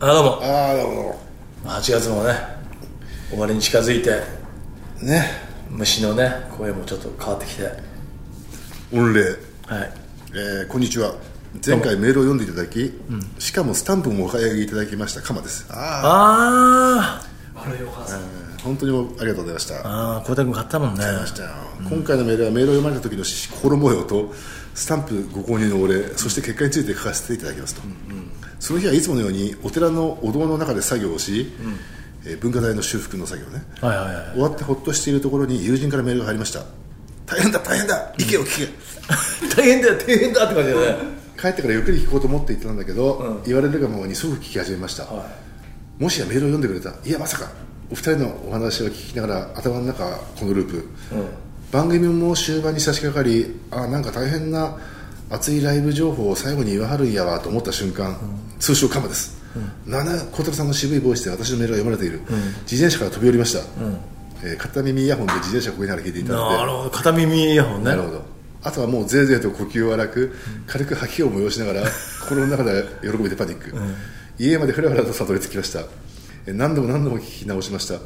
あどうもああ、なるほ8月もね終わりに近づいてど。ね。虫のね声もちょっと変わってきてはい御礼。えー、こんにちは。前回メールを読んでいただき、しかもスタンプもお買い上げいただきました、カマです。ああ、あーあれよかった本当にもうありがとうございました。ああ小太君買ったもんねましたよ今回のメールはメールを読まれた時の心模様とスタンプご購入のお礼そして結果について書かせていただきますと、その日はいつものようにお寺のお堂の中で作業をし、えー文化財の修復の作業ね、はいはいはい終わってほっとしているところに友人からメールが入りました大変だ大変だ意見を聞け、 大変だよ大変だって感じだね帰ってからゆっくり聞こうと思っていたんだけど、言われるがままにすぐ聞き始めました、もしやメールを読んでくれたいやまさかお二人のお話を聞きながら頭の中はこのループ、番組も終盤に差し掛かりあなんか大変な熱いライブ情報を最後に言わはるんやわと思った瞬間、通称カマです、なな小太さんの渋いボイスで私のメールが読まれている、自転車から飛び降りました、えー片耳イヤホンで自転車をこぎながら聞いていたのでなるほど片耳イヤホンねなるほどあとはもうぜいぜいと呼吸を荒く軽く吐き気を催しながら心の中で喜びでパニック、家までふらふらと悟り着きましたえ何度も何度も聞き直しました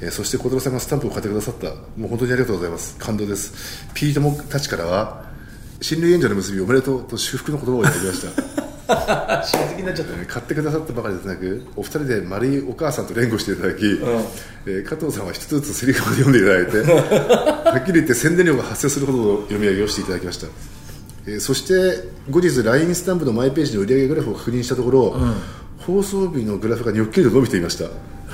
えそして小太さんがスタンプを買ってくださったもう本当にありがとうございます感動ですピー友たちからは親類援助の結びおめでとうと祝福の言葉をいただきましたあ親戚になっちゃったえー買ってくださったばかりでなくお二人で丸いお母さんと連呼していただき、えー加藤さんは一つずつセリフを読んでいただいてはっきり言って宣伝量が発生するほどの読み上げをしていただきました、えーそして後日 LINE スタンプのマイページの売上グラフを確認したところ、放送日のグラフがにょっきりと伸びていました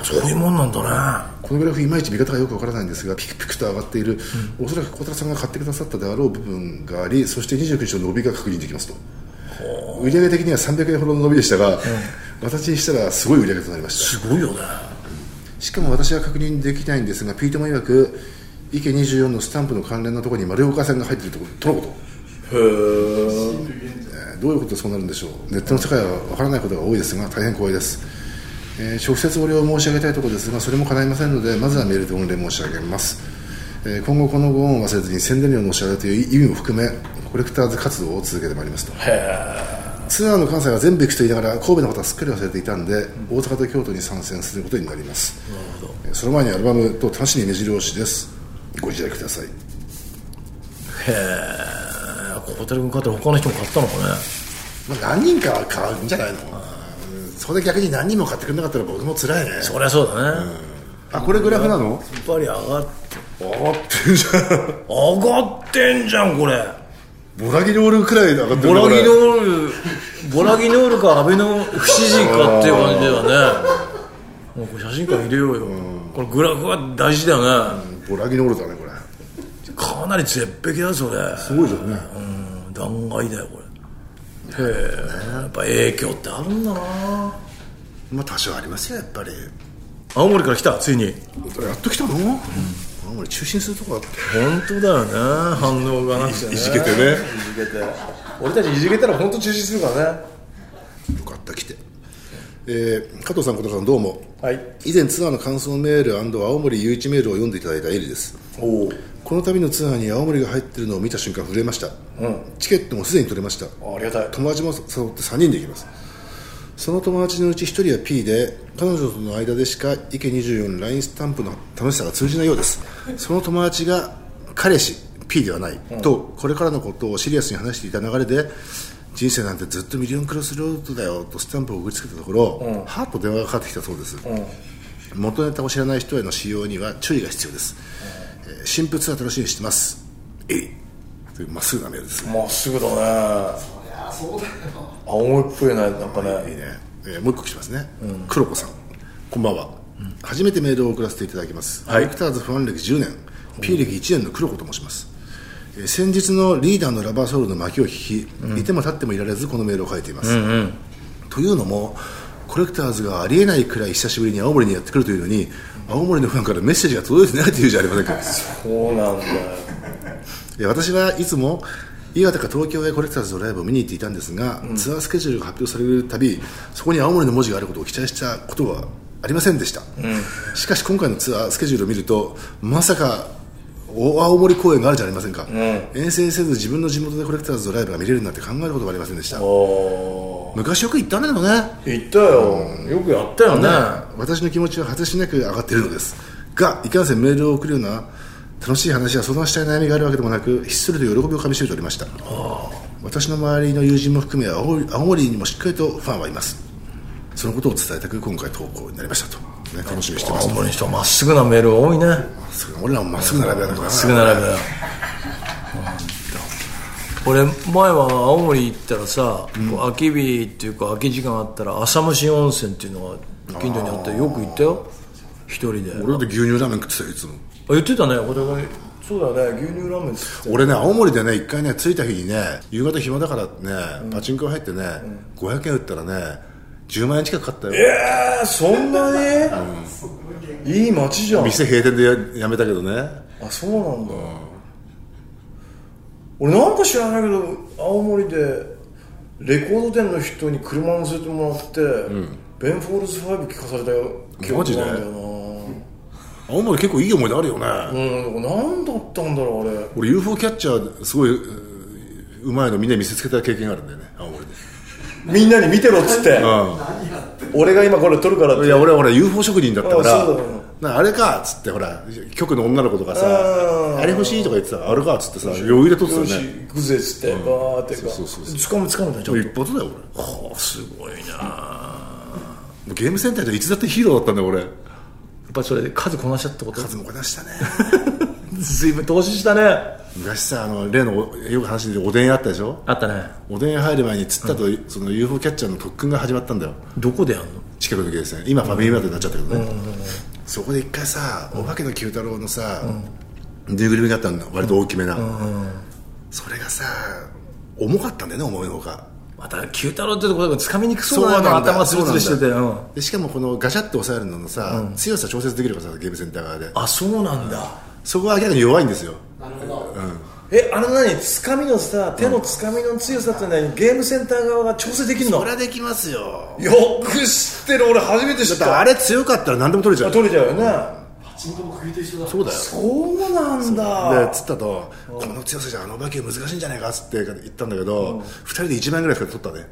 そういうもんなんだねこのグラフいまいち見方がよくわからないんですがピクピクと上がっている、おそらく小田さんが買ってくださったであろう部分がありそして29日の伸びが確認できますと売上的には300円ほどの伸びでしたが、私にしたらすごい売上となりましたすごいよねしかも私は確認できないんですがピートも曰く池24のスタンプの関連のところに丸岡さんが入っているとことのことえーどういうことでそうなるんでしょうネットの世界は分からないことが多いですが大変光栄です、えー直接お礼を申し上げたいところですがそれも叶いませんのでまずはメールで御礼申し上げます、えー今後このご恩を忘れずに宣伝料のお支払いという意味も含めコレクターズ活動を続けてまいりますとツアーの関西は全部行くと言いながら神戸のことはすっかり忘れていたんで、大阪と京都に参戦することになりますえーその前にアルバムと楽しみ目白押しですご自愛くださいあ小太君買ったら他の人も買ったのかねまあ、何人かは買うんじゃないのうんそこで逆に何人も買ってくれなかったら僕も辛いねそりゃそうだねあこれグラフなのやっぱり上がっ上がってんじゃ上がってんじゃんこれんボラギノールくらい上がってるボラねこれギノールボラギノールか安倍の不支持かっていう感じだよねもうこれ写真館入れようよこれグラフは大事だよねボラギノールだねこれかなり絶壁だよそれすごいじゃんねうん断崖だよこれへえやっぱ影響ってあるんだなまあ多少ありますよやっぱり青森から来たついにやっと来たの、あんまり中心するとこあって本当だよね反応がなくてねいいじけてねよじけて俺たちいじけたら本当中止するからねかった来てえー加藤さん小田さんどうもはい以前ツアーの感想メール青森誘致メールを読んでいただいたエリですおおこの度のツアーに青森が入ってるのを見た瞬間震えました、チケットもすでに取れましたありがたい友達も誘って3人で行きますその友達のうち1人は P で彼女との間でしか池24ラインスタンプの楽しさが通じないようですその友達が彼氏 P ではない、とこれからのことをシリアスに話していた流れで人生なんてずっとミリオンクロスロードだよとスタンプを送りつけたところ、はっと電話がかかってきたそうです、元ネタを知らない人への使用には注意が必要です、えー新婦ツアー楽しみにしてますえいというまっすぐなメールですねまっすぐだね青森っぽいなやっぱねいいねえーもう一個来てますね、黒子さんこんばんは、初めてメールを送らせていただきます、はいコレクターズファン歴10年 P 歴1年の黒子と申します、えー先日のリーダーのラバーソウルの巻きを聞き、いても立ってもいられずこのメールを書いています、というのもコレクターズがありえないくらい久しぶりに青森にやってくるというのに青森のファンからメッセージが届いてないというじゃありませんかそうなんだよえ私はいつも岩手か東京へコレクターズのライブを見に行っていたんですが、ツアースケジュールが発表されるたびそこに青森の文字があることを期待したことはありませんでした、しかし今回のツアースケジュールを見るとまさか大青森公演があるじゃありませんか、遠征せず自分の地元でコレクターズのライブが見れるなんて考えることはありませんでしたお昔よく行ったんだけどね行ったよ、よくやったよね私の気持ちは果てしなく上がっているのですがいかんせんメールを送るような楽しい話や相談したい悩みがあるわけでもなくひっそりと喜びをかみしめておりました私の周りの友人も含め青森青森にもしっかりとファンはいますそのことを伝えたく今回投稿になりましたと、ね、楽しみにしてます青森の人はまっすぐなメールが多いねすごい俺らもまっすぐ並べやなきゃなまっすぐ並べだよ俺前は青森行ったらさ、こう空き日っていうか空き時間あったら浅虫温泉っていうのが近所にあってよく行ったよ一人で俺だって牛乳ラーメン食ってたよいつもあ言ってたね俺がそうだね牛乳ラーメンっつって俺ね青森でね一回ね着いた日にね夕方暇だからってね、パチンコ入ってね、500円売ったらね10万円近く買ったよえー、そんなに、いい街じゃん店閉店でややめたけどねあそうなんだ、俺なんか知らないけど青森でレコード店の人に車乗せてもらって、ベン・フォールズ5聞かされたよ記憶なんだよな青森結構いい思い出あるよね、うん、なんだったんだろうあれ俺 UFO キャッチャーすごいうまいのみんなに見せつけた経験があるんだよね青森でみんなに見てろっつってう俺が今これ撮るからっんていや俺はほら UFO 職人だったからあそうだよなあれかっつってほら局の女の子とかあさーあれ欲しいとか言ってたあれかっつってさ余裕で撮ってたよよしね行くぜっつって、バーってかそうそうそ掴うむ掴むねちょっ一発だよとはあすごいな俺ゲームセンターでいつだってヒーローだったんだよ俺やっぱりそれで数こなしちゃったこと数もこなしたね随分投資したね昔さあの例のおよく話でおでん屋あったでしょあったねおでん屋入る前に釣ったと、その UFO キャッチャーの特訓が始まったんだよどこでやんの近くのゲーセン今ファミリーマートになっちゃったけどね、そこで一回さお化けの九太郎のさ、ぬいぐるみがあったんだ割と大きめな、それがさ重かったんだよね思いのほかまた九太郎ってとこだから掴みにくそうだなだ頭がスルスルしててそうなんだうんでしかもこのガシャッと押さえるののさ、強さ調節できるからさゲームセンター側であそうなんだそこは明らかに弱いんですよえあの何掴みのさ手の掴みの強さって何ゲームセンター側が調整できるのそれはできますよよく知ってる俺初めて知っだからたあれ強かったら何でも取れちゃう取れちゃうよねパチンコも首と一緒だそうだよそうなんでだ釣ったとこの強さじゃあのお化け難しいんじゃないかっつって言ったんだけど、二2人で1万円ぐらいしか取ったね、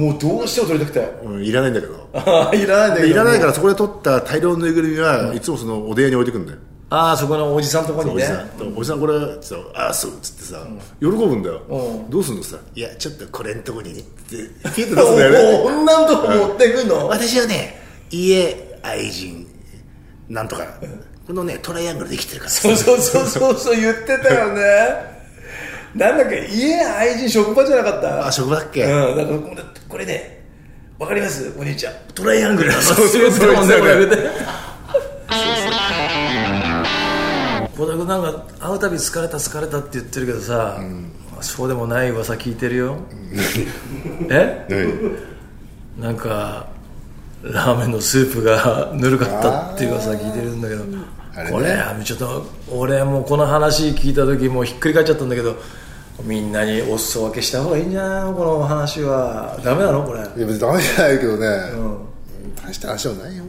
もうどうしても取りたくてうん、いらないんだけど いらないんだけどでいらないからそこで取った大量のぬいぐるみは、いつもそのおでん屋に置いてくんだよ、ああそこのおじさんとこにおじねさん、おじさんこれっつってああそうっつってさ、喜ぶんだよ、うどうすんのさいやちょっとこれんとこにねってピュッと出すんだよね女のとこ持ってくの私はね家愛人なんとかこのねトライアングルできてるからそうそうそうそうそう言ってたよねなんだっけ家愛人職場じゃなかったあ職場だっけ、うんだからこれこれねわかりますお兄ちゃんトライアングル そうそうそう小田君なんか会うたび疲れた疲れたって言ってるけどさ、そうでもない噂聞いてるよえなんかラーメンのスープが ぬるかったっていう噂聞いてるんだけどあれねこれあちょっと俺もうこの話聞いた時もうひっくり返っちゃったんだけどみんなにお裾分けした方がいいんじゃないのこの話はダメなのこれいや別にダメじゃないけどね、大した話はないよ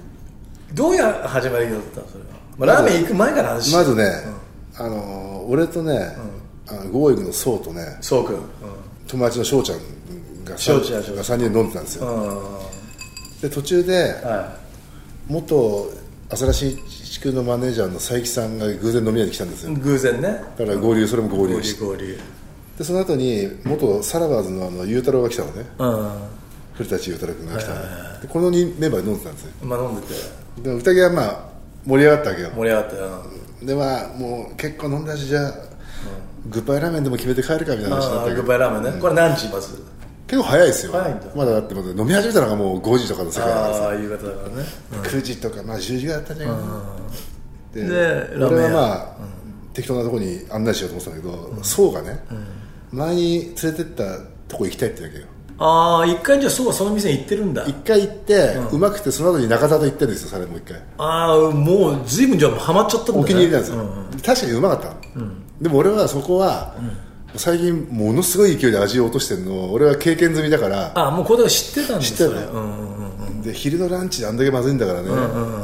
どうや始まりだったのそれは、まあ、ラーメン行く前から話してまずね、あのー俺とね、あのゴーイグのソウとねそうくん、うん、友達の翔ちゃんが翔ちゃん翔ちゃん3人で飲んでたんですよ、はで途中でい元朝らし地区のマネージャーの佐伯さんが偶然飲み屋に来たんですよ、偶然ねだから合流それも合合流流して合流でその後に元サラバーズのあの裕太郎が来たのねうん古舘裕太郎君が来たのね、でこの2メンバーで飲んでたんですよまあ飲んでてで宴はまあ盛り上がったわけよ盛り上がったよでまあもう結構飲んだしじゃあ、グッバイラーメンでも決めて帰るかみたいな話になああったけグッどバイラーメンね、これ何時まず結構早いですよ早いんだまだだってまだ飲み始めたのがもう5時とかの世界だからあさあ夕方だからね9時とかまあ10時ぐらいだったんじゃないかなででラーメン俺屋はまあ、適当なとこに案内しようと思ってたんだけど想、うがね、前に連れてったとこ行きたいってだけよああ一回じゃあそうその店行ってるんだ一回行って、うまくてその後に中田と行ってるんですよそれもう一回ああもう随分じゃあハマっちゃったんだ、ね、お気に入りなんですよ、う確かにうまかったの、でも俺はそこは、最近ものすごい勢いで味を落としてるのを俺は経験済みだからああもうこれ知ってたんです知ってたのうんうんで昼のランチであんだけまずいんだからね、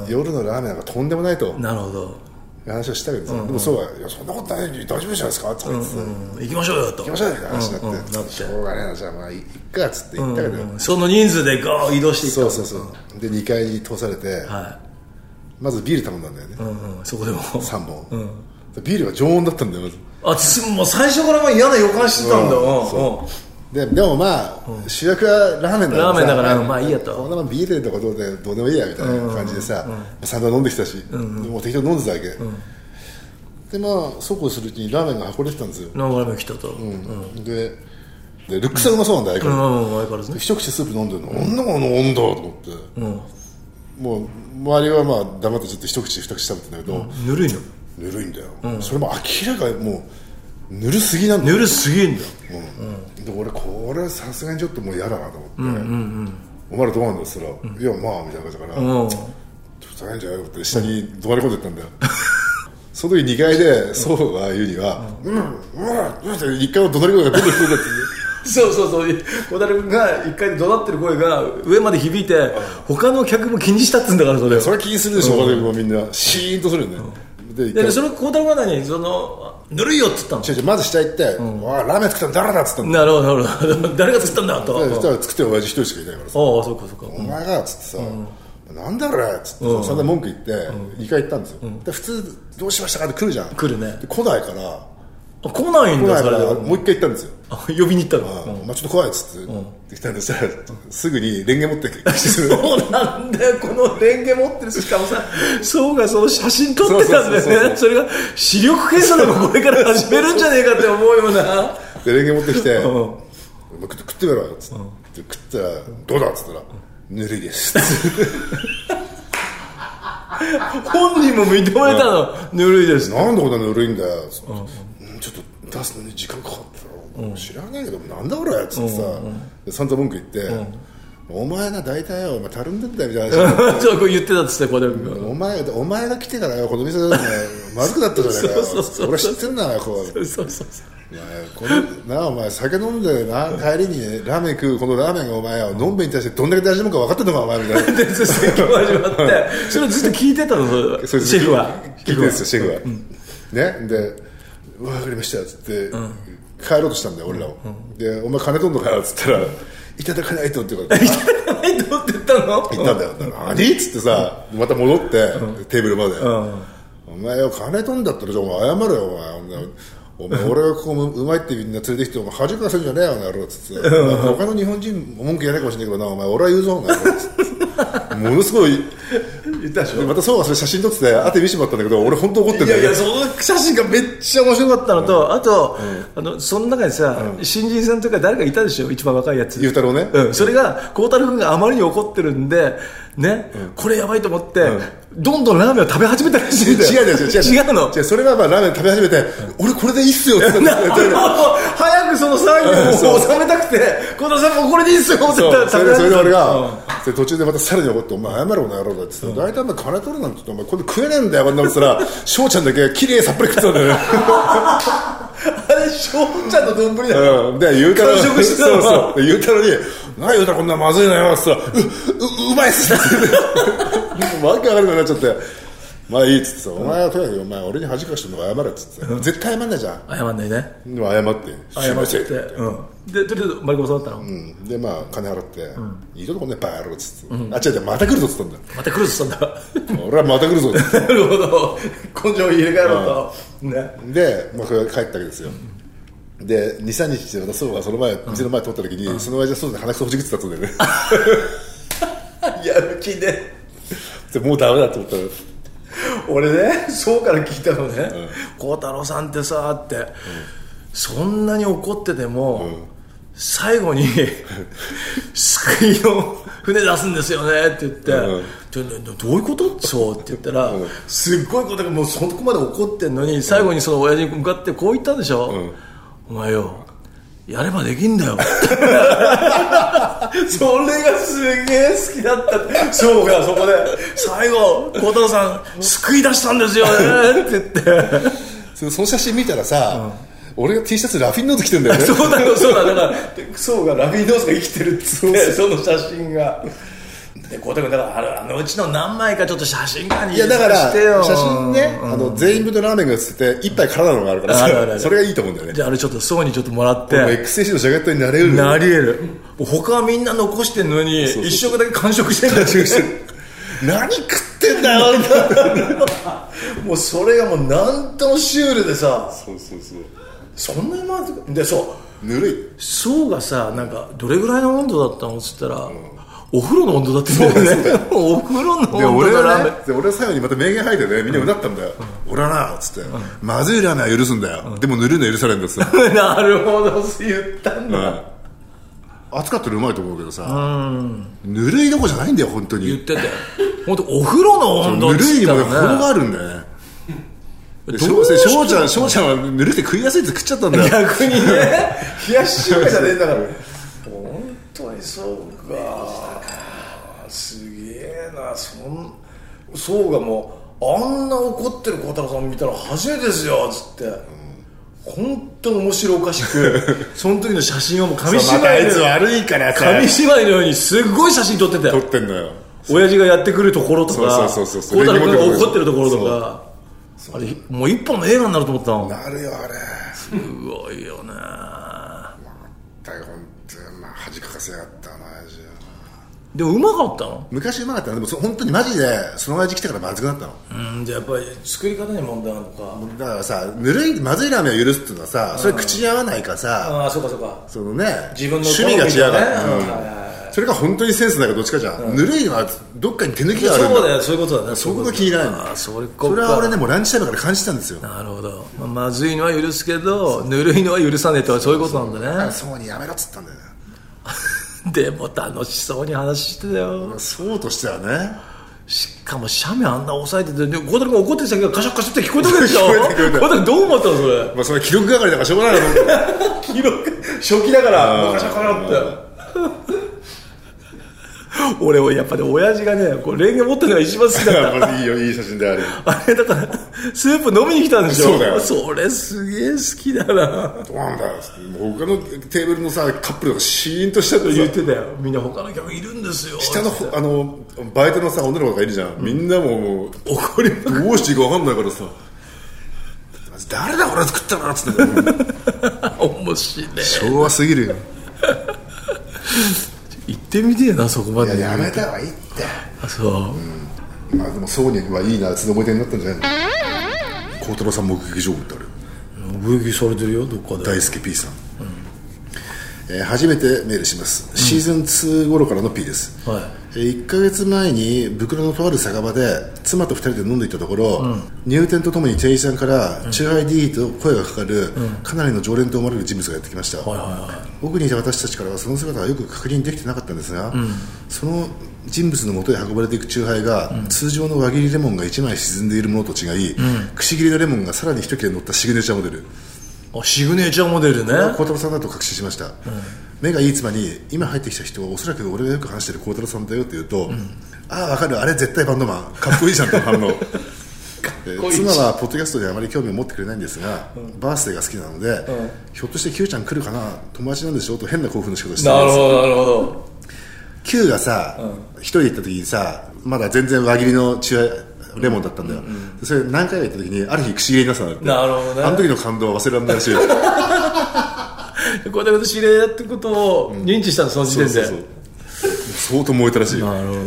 夜のラーメンなんかとんでもないとうんなるほど話をしたけどさ、でもそうはいやそんなことないのに大丈夫じゃないですかとか言ってさ、行行きましょうよときましょうよみたいな話になって,、うんうんなってしょうがねえなじゃあまあいいっかっつって行ったけど、うんその人数でゴー移動していったそうそうそうで2階に通されて、はまずビール頼んだんだよね、い、うんうん、そこでも3本、ビールが常温だったんだよまずあつもう最初からもう嫌な予感してたんだうんうんそででもまあ、主役はラーメンだからラーメンだからさうんまあいいやとこんなもんビールとかどうでどうでもいいやみたいな感じでさ、散々飲んできたし、でもう適当に飲んでたわけ、でまあそうこうするうちにラーメンが運んできたんですよ、流れも来たとうんででルックスがうまそうなんだよ、相変うんわらず相変わらずね一口スープ飲んでるの女が飲んだと思って、もう周りはまあ黙ってちょっと一口二口食べてんだけど、ぬるいのぬるいんだよ、それも明らかにもうぬるすぎなんだよぬるすぎんだうんで俺これさすがにちょっともう嫌だなと思って、お前らどうなんだっつったら「いやまあ」みたいな感じだから「ちょっうんと大変じゃないよ」って下に怒り込んでったんだよその時2階で祖父が言うには「うんうんうん」って1階の怒鳴り声が出てくるんだってそうそうそう小樽君が一回怒鳴ってる声が上まで響いて他の客も気にしたっつうんだからそれをそれ気にするでしょうがないもうみんなシーンとするよね、で一で回それ小樽君は何そのぬるいよっつったの違う違うまず下行って「わあラーメン作ったの誰だ」っつったんだなるほどなるほど 誰が作ったんだとあそしたら作ってる親父一人しかいないからさあそうかそうかお前がっつってさ、なんだろうっつってさ、そんな文句言って、2回行ったんですよ、で普通、どうしましたかって来るじゃん、来るねで来ないから、あ来ないん来なだそいかれら、もう一回行ったんですよ、あ呼びに行ったのあまあ、ちょっと怖いっつって、できたんですよ、すぐにレンゲ持っ てきて、そうそうなんだよこのレンゲ持ってるししかもさそうがその写真撮ってたんだそうそうそうよそねうそれが視力検査でもこれから始めるんじゃねえかって思うよな でレンゲ持ってきて、んまあ食って食ってみろよっつって、で食ったら、どうだっつったら、ぬるいですっつって、本人も認めたのぬるいですなんでこんなぬるいんだよっつって、うんちょっと出すのに時間かかったろ知らないけど、なんだこれっつってさ、で散々文句言って、お前な、大体よ、お前、たるんでんだよみたいな 話。そうこう言ってたっつってこれうんお前お前が来てからよこの店 がねまずくなったじゃないかよそうそうそうそう俺知ってんなこうそうそうそうお前このなあお前酒飲んでな帰りにラーメン食うこのラーメンがお前よのんべに対してどんだけ大事なのか分かってんのかお前みたいなでそして説教始まってそれをずっと聞いてたのそれそれシェフは聞いてるんですよシェフは、ねで「分かりました」っつって、帰ろうとしたんだよ俺らを、で「お前金取んのかよ」っつったら「いただかないと」って言 うから「何と思って言ったの行ったんだよ何っつってさまた戻ってテーブルまで、お前よ金飛んだったらじゃあお前謝れよお前お前お前俺がここもうまいってみんな連れてきてお前恥かかせんじゃねえよなろっつって他の日本人文句言えないかもしれないけどなお前俺は言うぞな ろつってものすごい言ったでしまたそうはそれ写真撮ってて後で見せてもらったんだけど俺本当怒ってんいやだよいやその写真がめっちゃ面白かったのと、あと、あのその中にさ、新人さんとか誰かいたでしょ一番若いやつゆうたろうねうん、それが孝太郎君があまりに怒ってるんで、ねこれやばいと思って、どんどんラーメンを食べ始めたらしい違んだよう違う違う違うの違うそれはまあラーメン食べ始めて俺これ でいいっすよっつってなるほど早くその作業を収めたくて孝太郎さんもこれでいいっすよって言そったうらそ 食べ始めれでそれでたう俺んがで途中でまたさらに怒って「お前謝ろうな野郎」だっつって「大体お前金取るなんて言ってお前今度食えねえんだよ」こんなのっつった ら翔ちゃんだけ綺麗さっぱり食ってたんだよねあれ 翔ちゃんの丼だようんで言うたら完食してたそうわそうで言うたらに「なあ言うたらこんなまずいなよ」っつったら「うううまいっす」ってわけわかんなくなっちゃって「まあいい」っつってさ「お前はとにかくお前俺に恥かかしてるのが謝れ」っつって絶対謝んないじゃん謝んないねでも謝って「すいませんて、うん、でとりあえず丸子さんだったの、うんでまあ金払って「いいとこねバカ野郎」っつって「あ違う違うまた来るぞ」っつったんだよまた来るぞそんだ俺はまた来るぞっつって なるほど根性入れ替えろと、ねで、まあ、これが帰ったわけですよ、で23日してまた祖母がその前、店の前通った時に、その親父は外で鼻くそほじくってたそうだよね やる気ででもうダメだと思ったら俺ねそうから聞いたのね孝、太郎さんってさって、そんなに怒ってても、最後に救いの船出すんですよねって言って、うんちょどどういうことそうって言ったら、すっごいことがもうそこまで怒ってんのに最後にその親父に向かってこう言ったんでしょ、お前よやればできんだ よそれがすげえ好きだったそうかそこで最後孝太郎さん救い出したんですよねって言ってそのその写真見たらさ、俺が T シャツラフィンノート着てんだよね そうだよそうだだからそうがラビーノースが生きてるっつってその写真がで孝太君だからあるあのうちの何枚かちょっと写真館にいやだからしてよ写真ね、うんあの全員分のラーメンが写ってて一杯体のがあるかあるあるあらるそれがいいと思うんだよねじゃああれちょっと層にちょっともらっもうて XAC のジャケットになれるのなり得る他はみんな残してんのにうそう一食だけ完食してんだ注意して る何食ってんだよ もうそれがもうなんともシュールでさそうそうそうそんなにまずくでそうぬるい層がさなんかどれぐらいの温度だったのっつったら、お風呂の温度だって言うんだよね お風呂ので温俺度だラはーメねンで俺は最後にまた名言吐いてねみんなうなったんだよ、俺はなっつって、まずいラーメンは許すんだよ、でもぬるいのは許されるんですよ、 なるほど言ったんだ、うん熱かったらうまいと思うけどさ、ぬるいどこじゃないんだよ本当言っにてたよ本当お風呂の温度ぬっるついっにたもね程らがねあるんだよねでどしうょうしてしょうちゃんしょうちゃんはぬるいって食いやすいって食っちゃったんだよ逆に ね冷やし中華じゃねえんだから本当にそうかすげえなそんそうがもうあんな怒ってる孝太郎さん見たの初めてですよつって、本当に面白おかし くその時の写真をもう紙芝またあ居いつのように悪いからさ紙芝居のようにすっごい写真撮ってた撮よってんのよ 親父がやってくるところとかそ孝うそうそうそう太郎君が怒ってるところとそかあれもう一本の映画になると思ったのなるよあれすごいよね台本ってまあ恥かかせやがったな親父でもうまかったの昔うまかったなでもそ本当にマジでその親父来てからまずくなったのうんじゃあやっぱり作り方に問題あるのかだからさぬるいまずいラーメンを許すっていうのはさそれ口に合わないかさああそうかそうかそのね自分の趣味が違うから好みとねうんはいはいそれが本当にセンスだかどっちかじゃんぬるいのはどっかに手抜きがあるんそうだだよそういうことだねそこが気にならないああそれそれは俺ねももうランチタイムから感じたんですよなるほど、まあ、まずいのは許すけどぬるいのは許さねえとはそういうことなんだねそうにやめろっつったんだよねでも楽しそうに話してたよそうとしてはねしかも写メあんな押さえててで孝太郎君怒ってる先がカシャカシャって聞こえたわけでしょ聞こえた聞こえた孝太郎君どう思ったのそれまあそれは記録係だからしょうがないなと思って 記録初期だからうんカシャカシャって俺はやっぱり親父がねこうレンゲ持ってるのが一番好きだったいいよいい写真であれあれだからスープ飲みに来たんでしょそうだよそれすげえ好きだなどうなんだよつってもう他のテーブルのさカップルがシーンとしちゃって言っさてたよみんな他の客いるんですよ下のほあのバイトのさ女の子がいるじゃんみんなももう怒りまくどうしていいか分かんないからさ誰だ俺作ったなっつってんだよ面白い昭和すぎるよ行ってみてえなそこまでた方がいいってあそう、まあでもソニーはいいなつの思い出になったんじゃないの孝太郎さん目撃情報ってあるブギされてるよどっかで大輔 P さん、えー初めてメールしますシーズン2頃からの P です、はいえー1ヶ月前に袋のとある酒場で妻と2人で飲んでいたところ、入店とともに店員さんから「チューハイ D」と声がかかる、かなりの常連と思われる人物がやってきました、はいはいはい奥にいた私たちからはその姿はよく確認できてなかったんですが、その人物のもとへ運ばれていくチューハイが、通常の輪切りレモンが1枚沈んでいるものと違い、くし切りのレモンがさらに一切れ乗ったシグネチャーモデルあシグネチャーモデルね孝太郎さんだと確信しました、目がいい妻に今入ってきた人はおそらく俺がよく話してる孝太郎さんだよって言うと、ああ分かるあれ絶対バンドマンかっこいいじゃんと反 応えー妻はポッドキャストにあまり興味を持ってくれないんですが、バースデーが好きなので、ひょっとして Q ちゃん来るかな友達なんでしょうと変な興奮の仕方してなまるすほどなるほど Q がさ一、人で行った時にさまだ全然輪切りのチュアレモンだったんだよ、それ何回か行った時にある日口入れになったんだってなるほどねあの時の感動は忘れられないらしいよこうやって知り合いだってことを認知したのその時点で、そうそう相当燃えたらしいよなるほど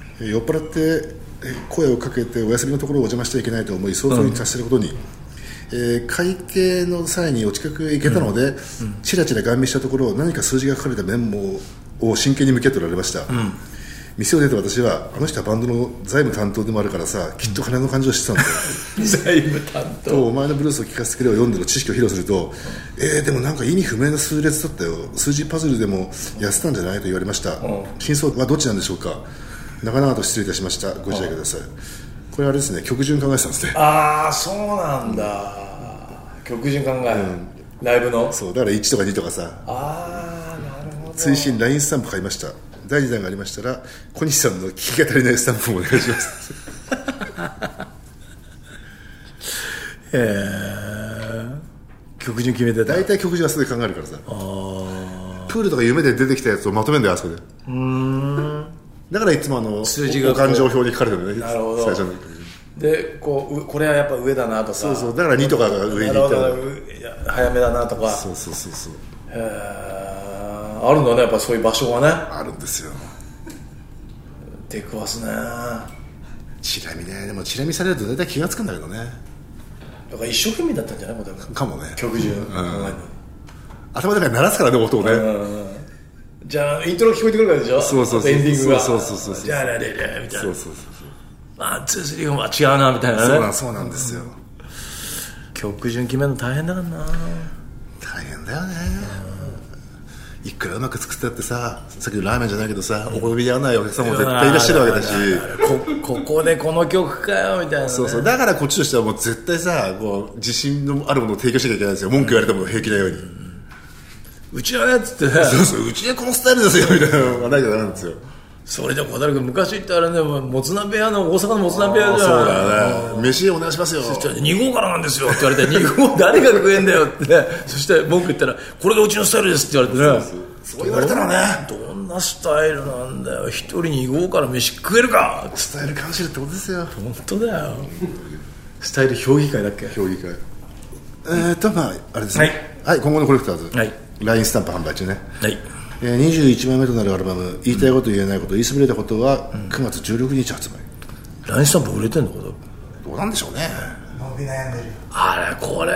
えー酔っ払ってえー声をかけてお休みのところをお邪魔しちゃいけないと思い早々に達することに、えー会計の際にお近くへ行けたので、ちらちら顔見したところ何か数字が書かれたメモを真剣に向き合っておられました、店を出て私はあの人はバンドの財務担当でもあるからさきっと金の感じをしてたんだよ、財務担当とお前のブルースを聞かせてくれを読んでの知識を披露すると、えー、でもなんか意味不明な数列だったよ数字パズルでも痩せたんじゃないと言われました、真相はどっちなんでしょうか長々と失礼いたしましたご自愛くださいこれあれですね曲順考えてたんですねああそうなんだ曲順考え、ライブのそうだから1とか2とかさああなるほど追伸 LINE スタンプ買いました第2弾がありましたら小西さんの聞きが足りないスタンプもお願いしますへえ曲順決めてた大体曲順はそれで考えるからさプールとか夢で出てきたやつをまとめるんだよあそこでだからいつもあの数字がこうお勘定表に書かれてるねなるほど最初のでこううこれはやっぱ上だなとかそうそうだから2とかが上なるに行ほったどらういや早めだなとかそうそうそうそうへーあるんだねやっぱそういう場所がねあるんですよ出くわすねチラ見ねでもチラ見されると大体気が付くんだけどねだから一生懸命だったんじゃないもう多分かもね曲順、頭の中に鳴らすからね音をね、じゃあイントロ聞こえてくるからでしょそうそうそうエンディングがそうそうそうそうじゃあれれれみたいそなうそうそうワンツースリーフォーは違うなみたいそうななねんそうなんですよ、曲順決めるの大変だから な大変だよね、いくらうまく作ったってささっきのラーメンじゃないけどさお好みで合わないお客さんも絶対いらっしゃるわけだし こここでこの曲かよみたいなね、そうそうだからこっちとしてはもう絶対さこう自信のあるものを提供しなきゃいけないんですよ文句言われても平気なように、うちのやつってねそうそううちはこのスタイルですよみたいなのがないとダメなんですよそれじゃ小樽君昔ってあれねもつ鍋屋の大阪のもつ鍋屋じゃんそうだよね飯お願いしますよそしたら2号からなんですよって言われて2号誰が食えんだよってそして文句言ったらこれがうちのスタイルですって言われてねそう言われたらねどんなスタイルなんだよ一人2号から飯食えるかつスタイル感じるってことですよ本当だよスタイル評議会だっけ競技会えーとまああれですねはい、今後のコレクターズ、はい LINE スタンプ販売中ねはいえー21枚目となるアルバム「言いたいこと言えないこと言いそびれたこと」は9月16日発売、ラインスタンプ売れてんのこれどうなんでしょうね伸び悩んでるあれこれ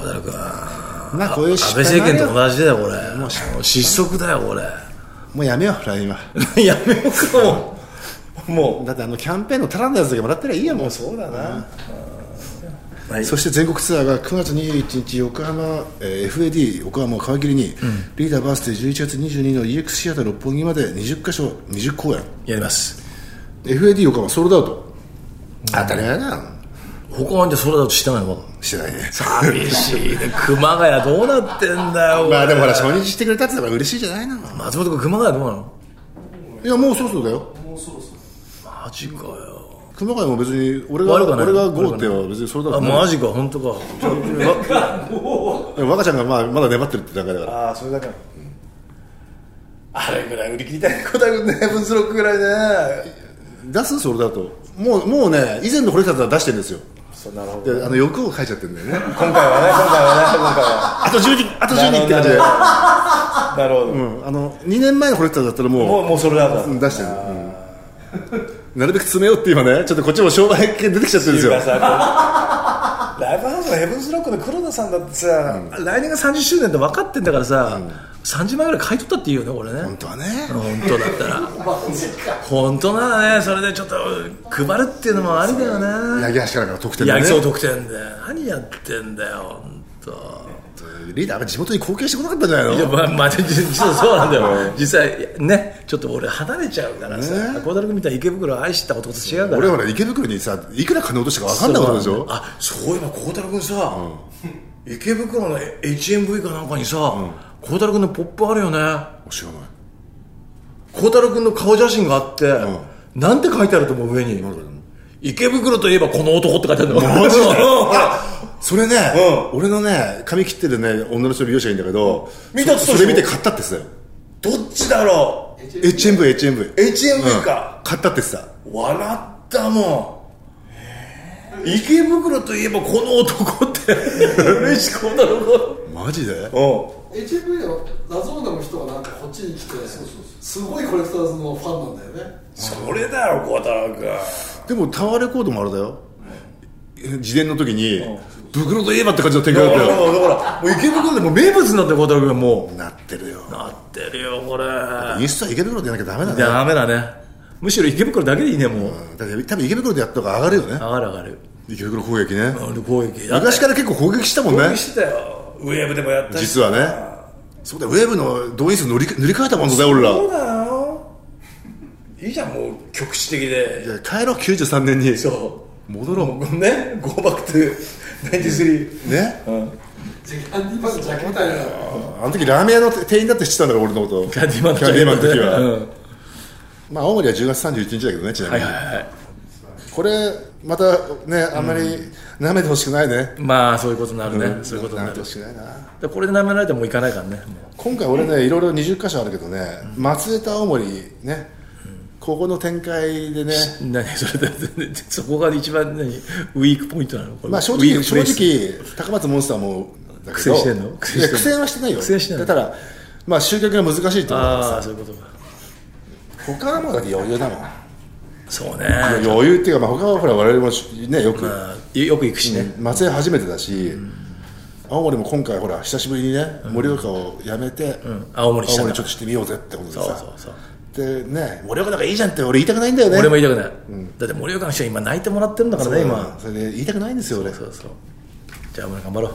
小樽君まあこういう安失倍敗政権ともあるよ同じだよこれもう失速だよこれ もうやめよう LINE はやめようかもうもだってあのキャンペーンのタラのやつだけもらったらいいやもうそううだなはいそして全国ツアーが9月21日横浜、えー FAD 横浜を皮切りに、リーダーバースデー11月22の EX シアター六本木まで20カ所20公演やります FAD 横浜ソールドアウト当たり前だな他はじゃあそれだとしてないのまだしてないね寂しいね熊谷どうなってんだよ まあでもほらこ初れ日してくれたってのが嬉しいじゃないのい松本君熊谷どうなのやもうそろそろだよマジかよ熊谷も別に俺悪くはがない俺がゴーっては別にそれだあとマジか本当か若ちゃんがまあまだ粘ってるって段階だからああそれだからあれぐらい売り切りたい小田君ね分数6ぐらいね出すそれだともうもうね以前の堀田さんは出してるんですよそうなるほどであの欲を書いちゃってるんだよね今回はね今回は あと10人あと10人って感じで、ね今回はなるほどうん、あの2年前の堀田だったらももうもうそれだとう出してる、うんなるべく詰めようって今ねちょっとこっちも商売系出てきちゃってるんですよライブハウスのヘブンスロックの黒田さんだってさ、来年が30周年って分かってんだからさ、30万ぐらい買い取ったって言うよねこれね本当はね本当だったら本当ならねそれでちょっと配るっていうのもありだよね八木橋からから得点でやねりそう得点で何やってんだよ本当。リーダーが地元に貢献してこなかったんじゃないいやのまあま あ、実実はそうなんだよ実際ねちょっと俺離れちゃうからさね孝太郎君みたいに池袋を愛してた男と違うから俺はね池袋にさいくら金落としたか分かんなかったでしょあそういえば孝太郎君さ、池袋の HMV かなんかにさ孝、太郎君のポップあるよね知らない孝太郎君の顔写真があって、なんて書いてあると思う上に池袋といえばこの男って書いてあるのマジそれね、う俺のね髪切ってるね女の人の美容師がいるんだけど見たっつったでそしょそれ見て買ったってさどっちだろう HMV HMV HMV か、買ったってさ笑ったもん池袋といえばこの男って嬉しく孝太郎マジで君 HV のラゾーナの人がなんかこっちに来てすごいコレクターズのファンなんだよねそれだよ孝太郎君でもタワーレコードもあれだよ自伝の時に袋といえばって感じの展開だったよだからもう池袋でもう名物になってる孝太郎君はもなってるようなってるよこれインスタ池袋でやんなきゃダメだねダメだねむしろ池袋だけでいいねもう、だって多分池袋でやった方が上がるよね上がる上がる池袋攻撃ね俺攻撃昔から結構攻撃したもんねしてたよウェーブでもやったし実はねそうだよウェーブの動員数塗り塗り替えたもんだよ俺らそうだよいいじゃんもう局地的でいや帰ろう93年にそう戻ろもううね Go back to 93ねジャンディパンジャケみたいなあの時ラーメン屋の店員だって知ってたんだから俺のことキャディマンキャディマンの時は、うんまあ青森は10月31日だけどねちなみはいに、はいはいこれまたねあんまり舐めてほしくないね、まあそういうことになるね、んそういうことに舐なめてるほしくないなでこれで舐められてもういかないからねもう今回俺ねいろいろ20箇所あるけどね松江と青森ね、こここの展開でね何それだってそこが一番何ウィークポイントなのこれまあ正ウィー直クプ正レイス直高松モンスターもだ苦けど戦してんの苦戦してんのいや苦戦はしてないよ苦戦してないだからまあ集客が難しいってことだからああさそういうことか他はもうだって余裕だもんそうね余裕っていうか、まあ、他はほら我々もねよく、まあよく行くしね、松江初めてだし、青森も今回ほら久しぶりにね盛岡を辞めて、青森したんだちょっとしてみようぜってことでさそうそうそうでね盛岡なんかいいじゃんって俺言いたくないんだよね俺も言いたくない、だって盛岡の人は今泣いてもらってるんだからね今今それで言いたくないんですよ俺そうそうじゃあ俺頑張ろ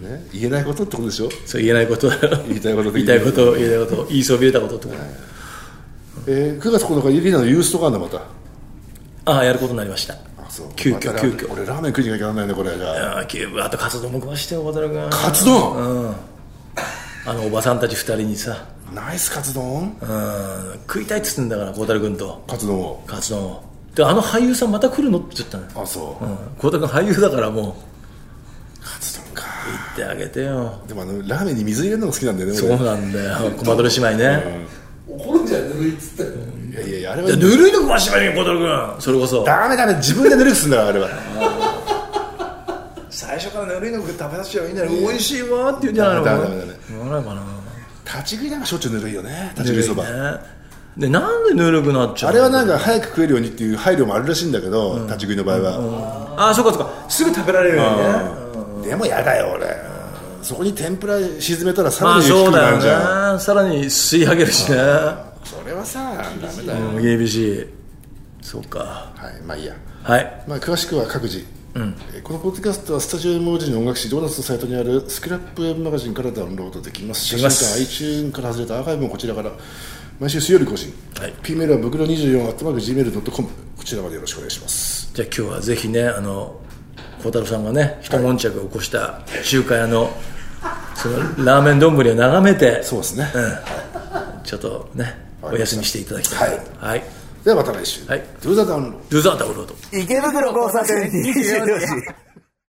う、ね、言えないことってことでしょそう言えないことだよ言いたいことで言いたいこと言えないこと言いそびれたことってこと、えー、9月9日リーナのユースとかあんだまたああやることになりましたあそう急また遽ラ急ーメン遽俺ラーメン食いに行かなきゃなんないねこれじゃあああ急遽あとカツ丼も食わしてよ小太郎君カツ丼、あのおばさんたち二人にさ、ナイスカツ丼うん、食いたいっつってんだから孝太郎君とカツ丼をカツ丼をであの俳優さんまた来るのって言ったのよあそう、うん孝太郎君俳優だからもうカツ丼か行ってあげてよでもあのラーメンに水入れるのが好きなんだよねそうなんだよコマドレ姉妹ね、怒るんじゃないぬるいっつって俺いやいやいやあれはじゃあぬるいの食わしてみよ孝太郎君それこそダメダメ自分で努力するんだからあれは最初からぬるいの食べさせちゃいいんだよ美味しいわって言うんじゃないのダメダメダメ言わないかな立ち食いなんかしょっちゅうぬるいよね立ち食いそば、ぬるいねでなんでぬるくなっちゃうあのれはなんか早く食えるようにっていう配慮もあるらしいんだけど、立ち食いの場合は、ああそうかそうかすぐ食べられるようにねでもやだよ俺、そこに天ぷら沈めたらさまらあに低そうくなだるじゃん、よねさらに吸い上げるしねそれはさダメだよ、うん厳しいそうかはいまあいいや、はいまあ、詳しくは各自、えーこのポッドキャストはスタジオ M 文字の音楽誌ドーナツのサイトにあるスクラップ M マガジンからダウンロードできます写き真ま館す iTune から外れたアーカイブもこちらから毎週水曜日更新、はい P メールはブクロ24アットマーク Gmail.com こちらまでよろしくお願いしますじゃあ今日はぜひねあの孝太郎さんがね一悶着を起こした中華屋のそのラーメン丼を眺めてそうですね、ちょっとねわおかりました休みしていただきたいはいではまた来週、はい Do the download ルザーダウンロード池袋交差点24時。